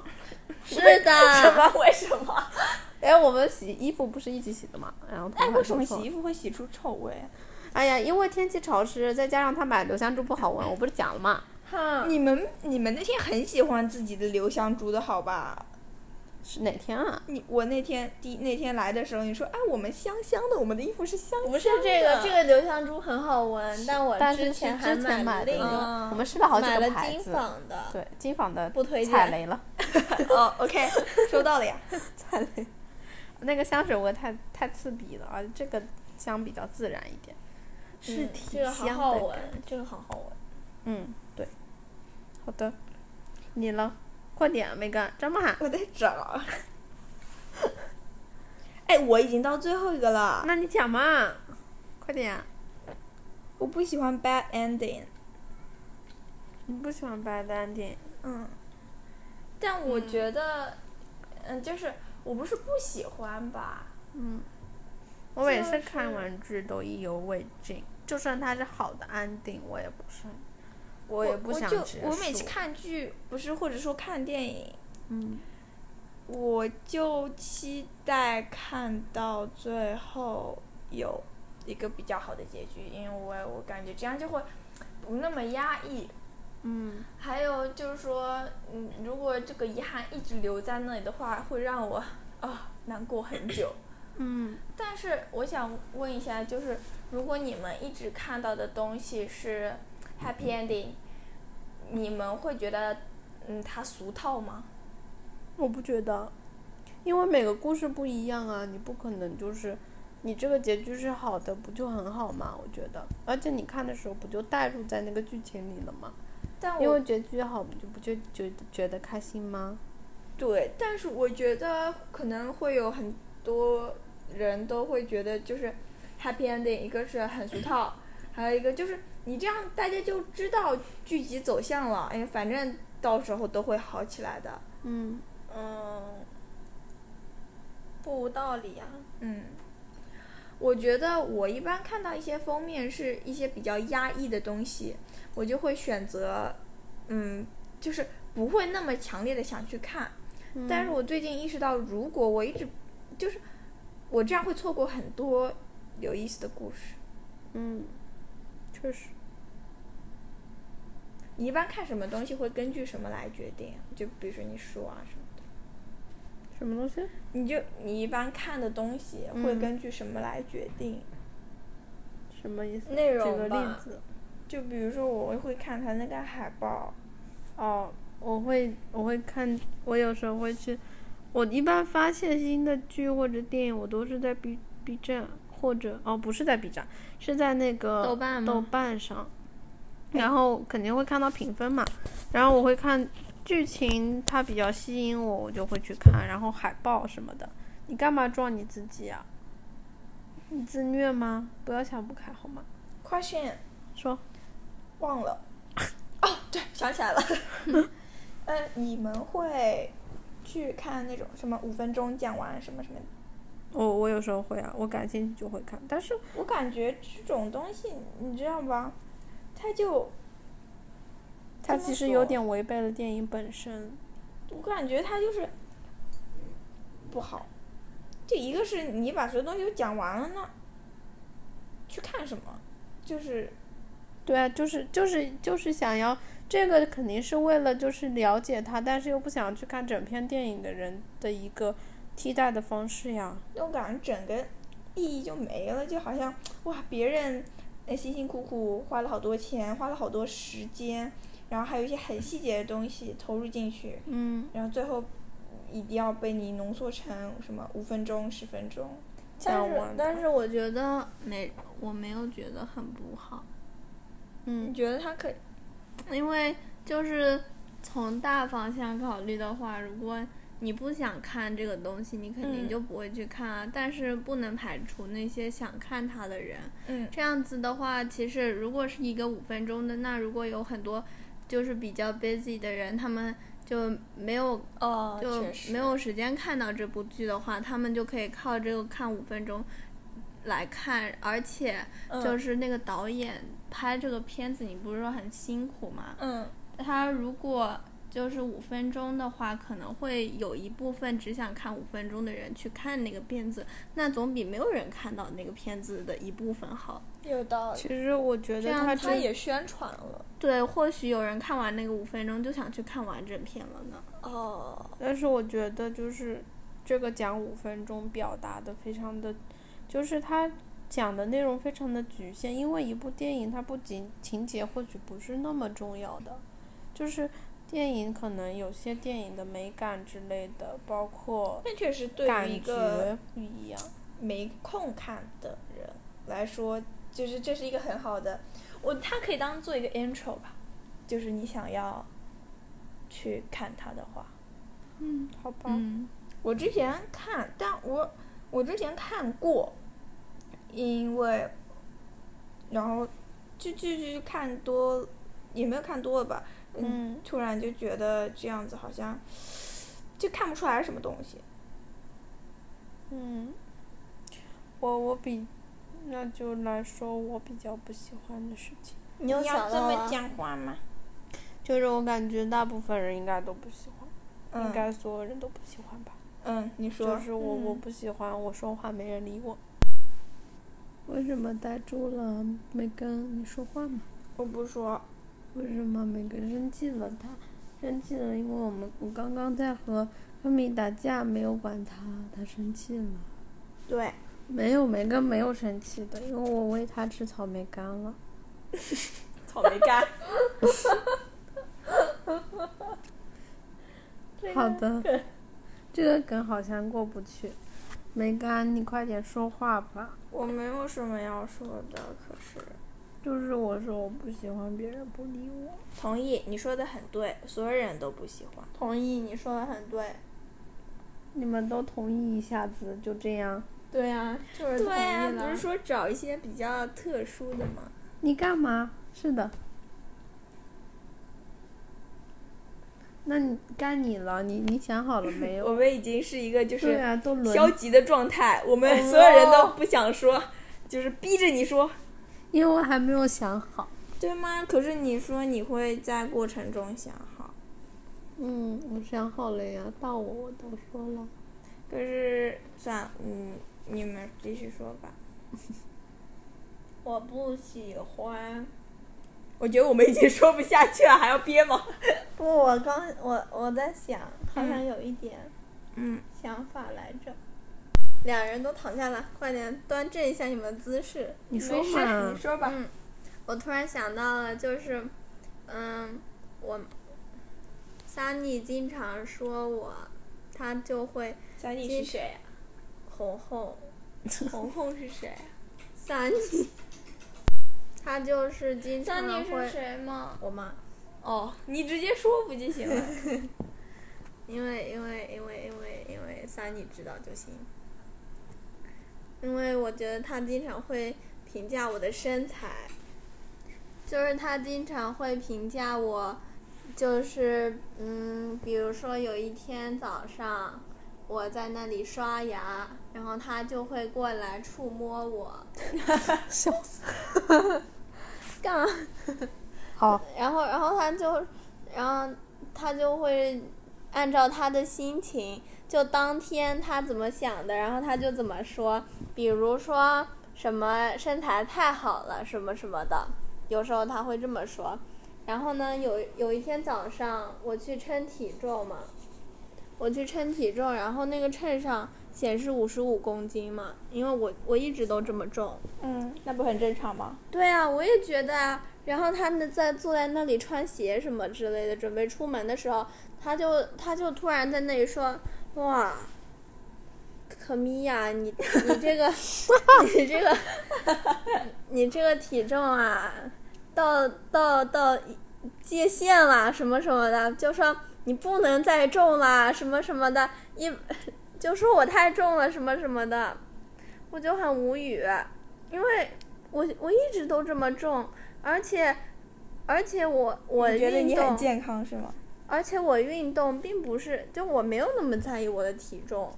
A: 是
B: 什
A: 的，
B: 么？为什么？
C: 哎，我们洗衣服不是一起洗的嘛？然后同
B: 哎，
C: 款
B: 为什
C: 臭
B: 么
C: 臭
A: 啊
B: 洗。衣服会洗出臭味？
C: 哎呀，因为天气潮湿，再加上他买留香珠不好闻，我不是讲了吗？
A: 哈，
B: 你们你们那天很喜欢自己的留香珠的好吧？
C: 是哪天啊？
B: 你我那天第那天来的时候，你说哎，我们香香的，我们的衣服是香香的。
A: 不是这个，这个留香珠很好闻，但我
C: 但
A: 之
C: 是
A: 前
C: 是
A: 还
C: 之前
A: 买了
C: 买
A: 另一个，
B: 嗯
C: 我们试了好几
A: 买
C: 个
A: 了
C: 牌
A: 金
C: 子，
A: 纺的，
C: 对金纺的
A: 不推荐
C: 踩雷了，
B: 哦，OK，收到了呀。
C: 踩雷。那个香水味太太刺鼻了，而这个香比较自然一点，是
A: 嗯
C: 挺
A: 这个
C: 香
A: 好
C: 的。
A: 好闻，这个好好闻。
C: 嗯，对。好的，你了，快点，梅根，张梦涵。
B: 我在找。啊 哎，我已经到最后一个了。
C: 那你讲嘛，快点。啊
B: 我不喜欢 bad ending。
C: 你不喜欢白丹点？
B: 嗯，
A: 但我觉得，嗯，就是我不是不喜欢吧，
C: 嗯，我每
A: 就
C: 次
A: 是
C: 看完剧都意犹未尽，就算它是好的安定，我也不是，我
B: 我
C: 也不想
B: 我
C: 结
B: 就
C: 束。
B: 我每次看剧，不是或者说看电影，
C: 嗯，
B: 我就期待看到最后有一个比较好的结局，因为我我感觉这样就会不那么压抑。
C: 嗯
B: 还有就是说，嗯，如果这个遗憾一直留在那里的话，会让我啊、难过很久。
C: 嗯，
B: 但是我想问一下，就是如果你们一直看到的东西是 happy ending，你们会觉得嗯它俗套吗？
C: 我不觉得，因为每个故事不一样啊，你不可能就是。你这个结局是好的，不就很好吗？我觉得，而且你看的时候不就带入在那个剧情里了吗？
B: 但
C: 因
B: 我
C: 为结局好，你就不就觉得觉得开心吗？
B: 对，但是我觉得可能会有很多人都会觉得就是 happy ending，一个是很俗套，还有一个就是你这样大家就知道剧集走向了，哎，反正到时候都会好起来的。
C: 嗯，
A: 嗯，不无道理啊。
B: 嗯，我觉得我一般看到一些封面是一些比较压抑的东西，我就会选择，嗯，就是不会那么强烈的想去看。
A: 嗯
B: 但是我最近意识到，如果我一直就是我这样会错过很多有意思的故事。
C: 嗯，确实，
B: 你一般看什么东西会根据什么来决定啊？就比如说你书啊什么的，
C: 什么东西？
B: 你就你一般看的东西会
A: 嗯
B: 根据什么来决定？
C: 什么意思？
A: 内
C: 举
A: 容
C: 个例
A: 吧
C: 子。
B: 就比如说我会看它那个海报，
C: 哦，我会我会看，我有时候会去，我一般发现新的剧或者电影，我都是在 B B 站或者哦不是在 B 站，是在那个
A: 豆瓣吗
C: 豆瓣上，然后肯定会看到评分嘛，然后我会看剧情，它比较吸引我，我就会去看，然后海报什么的。你干嘛撞你自己啊？你自虐吗？不要想不开好吗？
B: question
C: 说。
B: 忘 了。哦，对，想起来了。 呃，你们会去看那种什么五分钟讲完什么什么的？
C: 我我有时候会啊，我感兴趣就会看，但是
B: 我感觉这种东西，你知道吧？它就
C: 它
B: 这么
C: 其实
B: 说
C: 有点违背了电影本身。
B: 我感觉它就是不好。就一个是你把所有东西都讲完了呢，去看什么？就是
C: 对啊，就是就是就是想要这个，肯定是为了就是了解它，但是又不想去看整篇电影的人的一个替代的方式呀。
B: 我感觉整个意义就没了，就好像哇，别人呃辛辛苦苦花了好多钱，花了好多时间，然后还有一些很细节的东西投入进去，
C: 嗯，
B: 然后最后一定要被你浓缩成什么五分钟、十分钟。嗯
A: 但
C: 讲
A: 是
C: 完
A: 但
C: 它
A: 是我觉得没，我没有觉得很不好，
B: 你
C: 嗯
B: 觉得它可以？
A: 因为就是从大方向考虑的话，如果你不想看这个东西，你肯定
B: 嗯
A: 就不会去看啊。但是不能排除那些想看它的人。
B: 嗯
A: 这样子的话，其实如果是一个五分钟的，那如果有很多就是比较 busy 的人，他们就没有
B: 哦
A: 就没有时间看到这部剧的话，他们就可以靠这个看五分钟来看，而且
B: 嗯
A: 就是那个导演拍这个片子，你不是说很辛苦吗？
B: 嗯
A: 他如果。
B: 就是五分钟的话，可能会有一部分只想看五分钟的人去看那个片子，那总比没有人看到那个片子的一部分好。
A: 有道理。
C: 其实我觉
B: 这
C: 得
B: 样
C: 他
A: 他
C: 这
A: 也宣传了
B: 对，或许有人看完那个五分钟就想去看完整片了呢。
A: 哦，
C: 但是我觉得就是这个讲五分钟表达的非常的，就是他讲的内容非常的局限，因为一部电影它不仅情节或许不是那么重要的，就是电影可能有些电影的美感之类的，包括
A: 那确实对
C: 感
A: 于一个
C: 觉不一样。
A: 没空看的人来说，就是这是一个很好的，我它可以当做一个 intro 吧，就是你想要去看它的话。
C: 嗯，好吧，
B: 嗯，
A: 我之前看，但我我之前看过，因为然后就就就看多也没有看多了吧，
C: 嗯
A: 突然就觉得这样子好像就看不出来是什么东西。
C: 嗯，我我比那就来说我比较不喜欢的事情。
A: 你
B: 你要这么
A: 讲，
B: 讲话吗？
C: 就是我感觉大部分人应该都不喜欢，应
A: 嗯
C: 该所有人都不喜欢吧。
A: 嗯，你说，
C: 就是我、我
B: 嗯
C: 不喜欢我说话没人理我。为什么呆住了？没跟你说话吗？
A: 我不说，
C: 为什么每个生气了他？生气了，因为我们我刚刚在和阿米打架，没有管他，他生气了。
A: 对，
C: 没有梅根没有生气的，因为我喂他吃草莓干了。
A: 草莓干。
C: 好的，这个梗好像过不去。梅干，你快点说话吧。
A: 我没有什么要说的，可是
C: 就是我说我不喜欢别人不理我。
A: 同意你说的很对，所有人都不喜欢。同意你说的很对。
C: 你们都同意一下子，就这样。
A: 对呀、啊，就是
B: 对
A: 呀、
B: 啊，不是说找一些比较特殊的吗？
C: 你干嘛？是的。那你该你了，你你想好了没 有？
B: 我们已经是一个就
C: 哎对
B: 是
C: 啊，都轮哦
B: 消极的状态，我们所有人都不想说，就是逼着你说，
C: 因为我还没有想好。
B: 对吗？可是你说你会在过程中想好，
C: 嗯，我想好了呀，到我我都说了。
B: 可是算了，嗯，你们继续说吧。
A: 我不喜欢。
B: 我觉得我们已经说不下去了，还要憋吗？
A: 不，我刚我我在想，好像有一点
B: 嗯，
A: 想法来着。两人都躺下了，快点端正一下你们的姿势。
C: 你
B: 没事，你说吧。
A: 嗯，我突然想到了，就是，嗯，我，Sunny 经常说我，他就会
C: 嗯
B: 小李
A: 是
B: 谁呀、
A: 红红
B: 红红是谁、啊？
A: ，Sunny，他就是经常会
B: 谁吗？
A: 我妈，
B: 哦，你直接说不就行了？
A: 因为因为因为因为因为 Sunny 知道就行。因为我觉得他经常会评价我的身材，就是他经常会评价我，就是嗯，比如说有一天早上我在那里刷牙，然后他就会过来触摸我，
C: 笑死。
A: 干嘛？
C: 好，
A: 然后，然后他就，然后他就会按照他的心情，就当天他怎么想的，然后他就怎么说。比如说什么身材太好了，什么什么的，有时候他会这么说。然后呢，有有一天早上我去称体重嘛，我去称体重，然后那个秤上显示五十五公斤嘛，因为我我一直都这么重。
B: 嗯，那不很正常吗？
A: 对啊，我也觉得啊。然后他们在坐在那里穿鞋什么之类的，准备出门的时候，他就他就突然在那里说：“哇，可米娅，你你这 个你这个你这个体重啊，到到到界限啦，什么什么的，就说你不能再重啦，什么什么的，一就说我太重了，什么什么的，我就很无语，因为我我一直都这么重，而且而且我我
B: 你觉得
A: 运
B: 你
A: 动
B: 很健康是吗？
A: 而且我运动并不是，就我没有那么在意我的体重。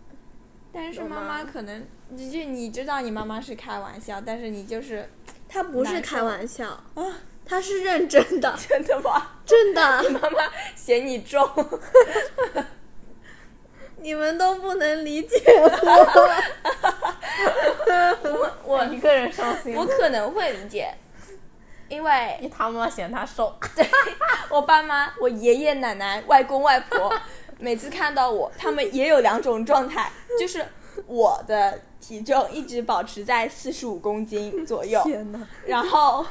B: 但是
A: 有
B: 妈
A: 吗
B: 妈可能就就你知道你妈妈是开玩笑，但是你就是
A: 他不是
B: 难受
A: 开玩笑，他是认真的，
B: 真的吗？
A: 真 的，
B: 妈妈嫌你重，
A: 你们都不能理 解我。
C: 我一个人伤心
B: 我可能会理解，因为
C: 你他妈嫌他瘦，
B: 我爸妈、我爷爷奶奶、外公外 婆，每次看到我，他们也有两种状态，就是我的体重一直保持在四十五公斤左右，
C: 天哪！
B: 然后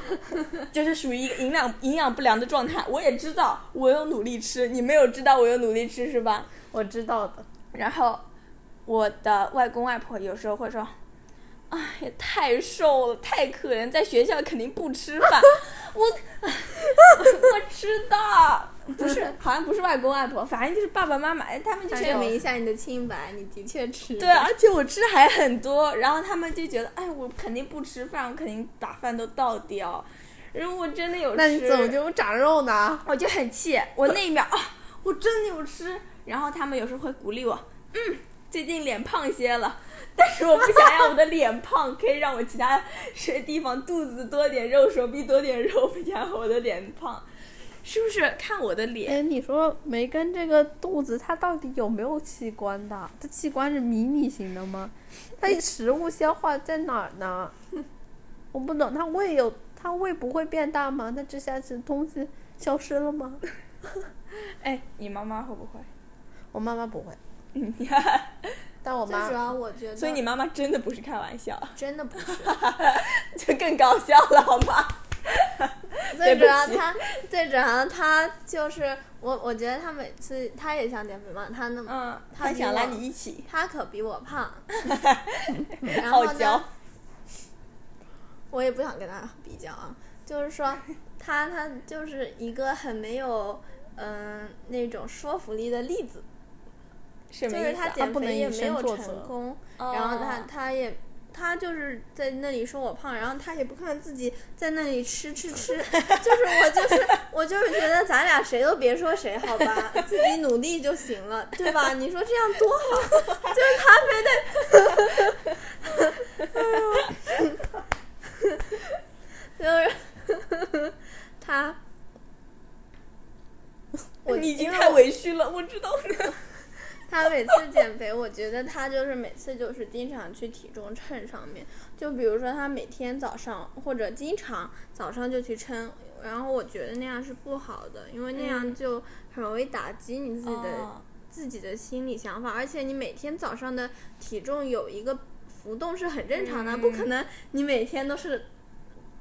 B: 就是属于一个营养营养不良的状态。我也知道我有努力吃，你没有知道我有努力吃是吧？
C: 我知道的，
B: 然后我的外公外婆有时候会说：“哎呀，太瘦了，太可怜，在学校肯定不吃饭。我”我知道，不是，好像不是外公外婆，反正就是爸爸妈妈，哎他们就是
A: 证明一下你的清白，你的确吃。
B: 对，而且我吃还很多，然后他们就觉得，哎，我肯定不吃饭，我肯定把饭都倒掉。如果真的有吃，
C: 那你怎么就不长肉呢？
B: 我就很气，我那一秒啊，我真的有吃。然后他们有时候会鼓励我，嗯，最近脸胖些了，但是我不想让我的脸胖，可以让我其他些地方肚子多点肉，手臂多点肉，不想让我的脸胖，是不是？看我的脸，
C: 哎，你说梅根这个肚子，它到底有没有器官的？这器官是迷你型的吗？它食物消化在哪儿呢？我不懂，它胃有它胃不会变大吗？它吃下去东西消失了吗？
B: 哎，你妈妈会不会？
C: 我妈妈不会，
B: 嗯，
C: 但我
A: 最主
C: 妈
A: 要我觉得，
B: 所以你妈妈真的不是开玩笑，
A: 真 的不是。
B: 这更搞笑了，好吗？
A: 最主要
B: 对不起
A: 他，最主要他就是我，我觉得他每次他也想减肥嘛，他那么、
B: 嗯，
A: 她
B: 她
A: 比
B: 想拉
A: 我
B: 你一起，
A: 他可比我 胖，然
B: 傲
A: 后
B: 娇
A: 呢，，我也不想跟他比较啊，就是 说他他就是一个很没有嗯、那种说服力的例子，
B: 什
A: 就
B: 么
A: 是
B: 意
A: 他
B: 思啊？
A: 减
C: 不能
A: 肥也
C: 以
A: 没
C: 身
A: 有
C: 作则
A: 成功，
B: 哦
A: 然后他他也他就是在那里说我胖，然后他也不看自己在那里吃吃吃，就是我就是我就是觉得咱俩谁都别说谁好吧，自己努力就行了，对吧？你说这样多好，就是他非得，哎呦， 就是他。我
B: 你已经
A: 因为
B: 太
A: 我
B: 委屈了，我知道了。
A: 他每次减肥，我觉得他就是每次就是经常去体重秤上面，就比如说他每天早上或者经常早上就去称，然后我觉得那样是不好的，因为那样
B: 嗯
A: 就很容易打击你自己的、
B: 哦
A: 自己的心理想法，而且你每天早上的体重有一个浮动是很正常的，
B: 嗯
A: 不可能你每天都是。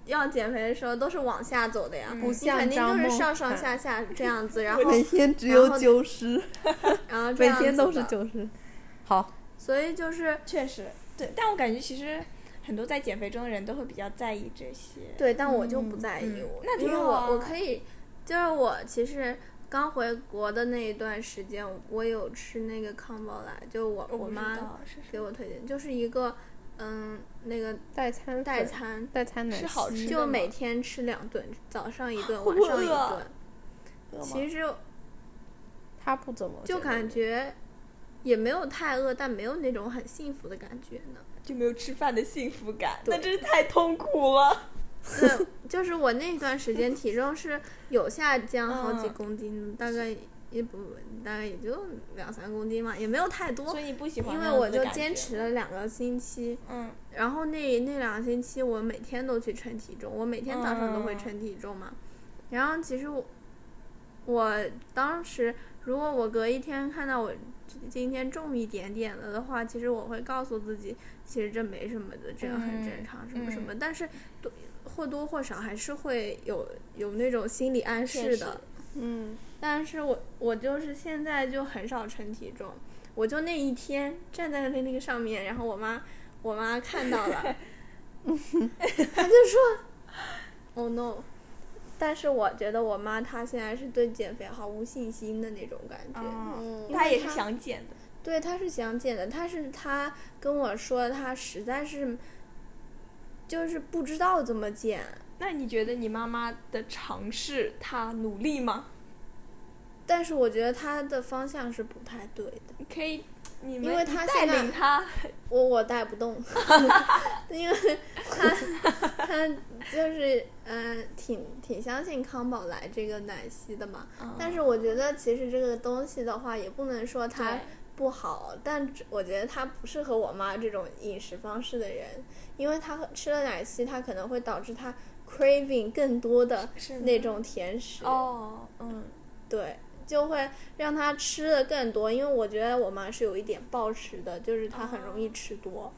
A: 要减肥的时候都是往下走的呀，
B: 嗯
A: 你
C: 像
A: 肯定就
C: 张
A: 是
C: 梦
A: 上上
C: 涵
A: 下 下这样子，然后
C: 每天只
A: 有
C: 有九十，
A: 然后这
C: 每
A: 样
C: 天
A: 子
C: 都是
A: 的
C: 九十。好，
A: 所以就是
B: 确实，对，但我感觉其实很多在减肥中的人都会比较在意这些。
A: 对，但我就不在意，
B: 嗯
A: 我
B: 那挺
A: 因为
B: 好
A: 我、
B: 啊
A: 我可以，就是我其实刚回国的那一段时间，我有吃那个康宝莱，就我
B: 不知
A: 妈
B: 道是
A: 给我推荐，就是一个嗯那个
C: 代餐
A: 代
C: 代
A: 餐，
C: 代餐奶
B: 是好
C: 昔
B: 吃的
A: 就
B: 吗
A: 每天吃两顿，早上一顿，
B: 会
A: 晚
B: 不会
A: 上一
B: 饿
A: 顿。
B: 饿吗？
A: 其实
C: 他不怎么
A: 就感
C: 觉
A: 觉也没有太饿，但没有那种很幸福的感觉呢。
B: 就没有吃饭的幸福感，
A: 对
B: 那真是太痛苦了。
A: 对，就是我那段时间体重是有下降好几
B: 嗯
A: 公斤，大概也不大概也就两三公斤嘛，也没有太多
B: 所。以你不喜欢
A: 因为
B: 那样子
A: 我
B: 的
A: 就
B: 感觉
A: 坚持。了两个星期，
B: 嗯，
A: 然后那那两个星期我每天都去称体重，我每天早上都会
B: 嗯
A: 称体重嘛。然后其实我我当时如果我隔一天看到我今天重一点点了的话，其实我会告诉自己，其实这没什么的，这样很正
B: 嗯
A: 常，什么什
B: 嗯
A: 么。但是多或多或少还是会有有那种心理暗
B: 确
A: 示
B: 实
A: 的。
C: 嗯，
A: 但是我我就是现在就很少称体重，我就那一天站在那那个上面，然后我妈我妈看到 了，她就说，Oh no！但是我觉得我妈她现在是对减肥毫无信心的那种感觉，
B: 嗯
A: 因
B: 他
A: 为
B: 也是
A: 他
B: 想减的。
A: 对，她是想减的，但是她跟我说她实在是就是不知道怎么减，
B: 那你觉得你妈妈的尝试，她努力吗？
A: 但是我觉得她的方向是不太对的。
B: 你可以，你们
A: 因为
B: 你
A: 她
B: 带
A: 现在
B: 领她，
A: 我我带不动，因为他他就是嗯、呃挺挺相信康宝莱这个奶昔的嘛。
B: 嗯
A: 但是我觉得其实这个东西的话，也不能说它
B: 对
A: 不好，但只我觉得它不适合我妈这种饮食方式的人，因为她喝吃了奶昔，她可能会导致她 craving 更多的
B: 是
A: 那种甜食。
B: 嗯哦，嗯，
A: 对，就会让他吃的更多，因为我觉得我妈是有一点暴食的，就是她很容易吃多。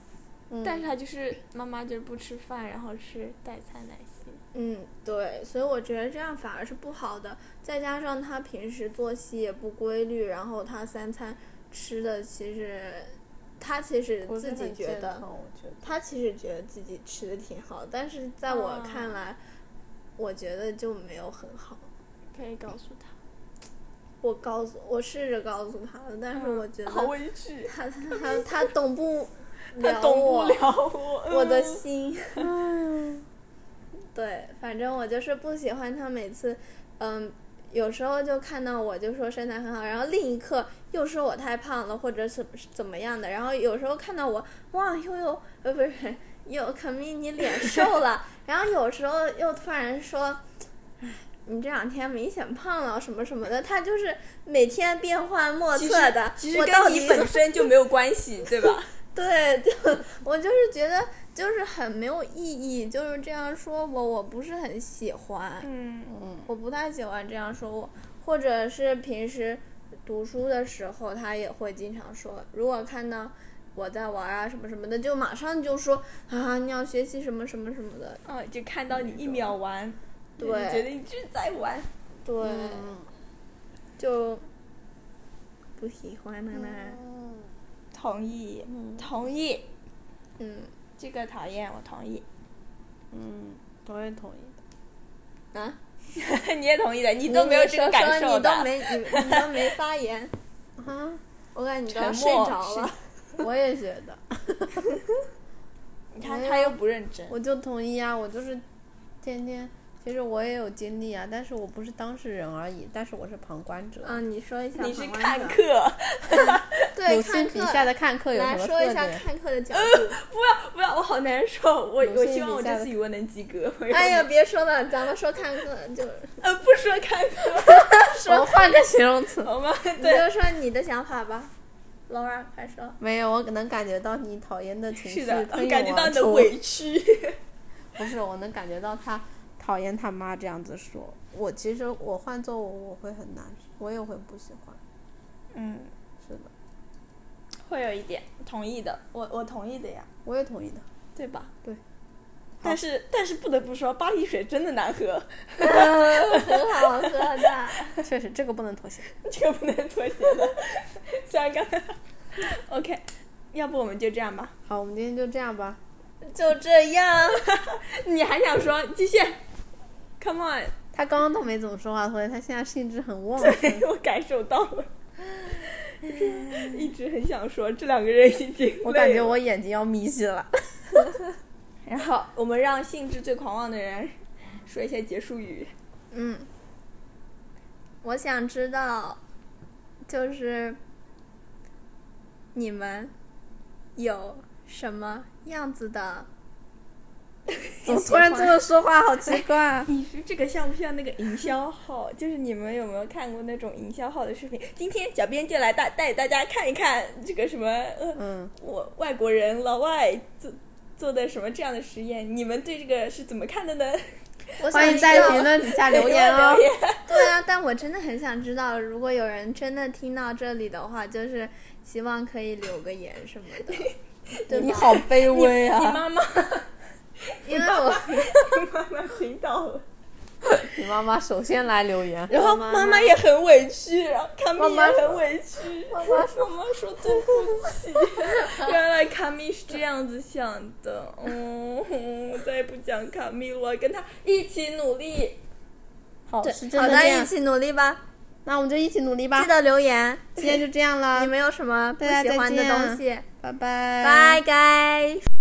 C: 嗯
B: 但是他就是妈妈就是不吃饭，然后吃代餐奶昔。
A: 嗯，对，所以我觉得这样反而是不好的。再加上她平时作息也不规律，然后她三餐吃的其实，她其实
C: 不是
A: 自己
C: 很
A: 觉
C: 健
A: 得
B: 嗯
C: 康，我觉得
A: 她其实觉得自己吃的挺好，但是在我
B: 啊
A: 看来，我觉得就没有很好。
B: 可以告诉他，
A: 我告诉我试着告诉她了，但是
B: 嗯
A: 我觉得
B: 啊好委屈，
A: 他他他他懂不
B: 他
A: 了
B: 懂不
A: 我
B: 了嗯我。
A: 我的
B: 嗯
A: 心。 对，反正我就是不喜欢他每次，嗯，有时候就看到我就说身材很好，然后另一刻又说我太胖了或者是怎么样的，然后有时候看到我哇悠悠呃不是又可明你脸瘦 了，然后有时候又突然说。哎你这两天明显胖了什么什么的，他就是每天变幻莫
B: 其
A: 测
B: 实
A: 的。
B: 其实
A: 我到
B: 跟
A: 底
B: 你本身就没有关系，对 吧？
A: 对，就我就是觉得就是很没有意义，就是这样说我，我不是很喜欢，
B: 嗯，
A: 我不太喜欢这样说我，或者是平时读书的时候，他也会经常说，如果看到我在玩啊什么什么的，就马上就说啊你要学习什么什么什么的，
B: 哦，就看到你一秒完，
A: 对
B: 就觉得你就是在玩。
A: 对，
C: 嗯
A: 就不喜欢了呢，
B: 同意，
C: 嗯
B: 同意，
A: 嗯
B: 这个讨厌我同意，
C: 嗯，我也同意。
A: 啊，
B: 你也同意的，你都没有这个感受
A: 你都
B: 的。
A: 没你你都没发言，
C: 啊，
A: 我感觉你都要
B: 沉
A: 睡
B: 默
A: 着
B: 是
A: 了。
C: 我也觉得，
B: 你看
C: 没有
B: 他又不认真，
C: 我就同意啊，我就是天天，其实我也有经历啊，但是我不是当事人而已，但是我是旁观者。
A: 嗯，你说一下
B: 你是
A: 旁观
B: 看
A: 者，
B: 客，
A: 对
C: 鲁迅
A: 看
C: 笔
A: 客
C: 下的看客有什
A: 来
C: 么
A: 说一
C: 特
A: 下
C: 点？
A: 看客的 角度。
B: 不要不要，我好难受，我
C: 鲁
B: 我
C: 迅
B: 希望
C: 笔
B: 我
C: 下
B: 这
C: 的
B: 次语文能及格。我
A: 哎呀，，别说了，咱们说看客 就，
B: 呃，不说看客，
C: 我们换个形容词。
B: 好吗？
A: 你
B: 对，
A: 就说你的想法吧。Laura，快说。
C: 没有，我能感觉到你讨厌的情绪
B: 是的，
C: 喷
B: 感觉
C: 涌
B: 到
C: 而
B: 你的
C: 出
B: 委 屈。
C: 不是，我能感觉到他讨厌他妈这样子说。我其实我换做我，我会很难受，我也会不喜欢。
B: 嗯，
C: 是的，
B: 会有一点同意的，我我同意的呀，
C: 我也同意的。
B: 对吧？
C: 对。
B: 但是但是不得不说，巴黎水真的难喝，
A: 很好喝的，
C: 确实，这个不能妥协。
B: 这个不能妥协的。虽然刚才 OK，要不我们就这样吧。
C: 好，我们今天就这样吧。
A: 就这样。
B: 你还想说继续？Come on，
C: 他刚刚都没怎么说话，所以他现在兴致很旺盛。
B: 对我感受到了，
C: 嗯
B: 一直很想说，这两个人已经
C: 我感
B: 累
C: 觉
B: 了
C: 我眼睛要眯起了。
B: 然后我们让兴致最狂妄的人说一些结束语。
A: 嗯，我想知道，就是你们有什么样子的？
C: 怎么突然这么说话？好奇怪啊！
B: 你说这个像不像那个营销号？就是你们有没有看过那种营销号的视频？今天小编就来大带大家看一看这个什么呃，
C: 嗯，
B: 我外国人老外做做的什么这样的实验？你们对这个是怎么看的呢？
A: 我
C: 欢
A: 想
C: 迎
A: 知
C: 在
A: 道
C: 评论底下留言哦。
B: 留言
A: 对啊，但我真的很想知道，如果有人真的听到这里的话，就是希望可以留个言什么 的，对吧？
C: 你好卑微
B: 你
C: 啊！
B: 妈妈，
A: 因为我
B: 你妈妈听到了，
C: 你妈妈首先来留言。
B: 然后
A: 妈
B: 妈妈也很委屈，然后卡米
C: 妈妈
B: 也很委屈，妈妈说妈妈说对不起， 原来卡米是这样子想的，哦，我再也不讲卡米了，我要跟他一起努力，
C: 好，
A: 对
C: 是真
A: 好
C: 的
A: 的，
C: 这样
A: 一。起努力吧，
C: 那我们就一起努力吧
A: 记。得留言，
C: 今天就这样了
A: 你，们有什么不
C: 大家
A: 喜
C: 再
A: 欢的
C: 见啊
A: 东西
C: 拜拜。
A: ？Bye guys。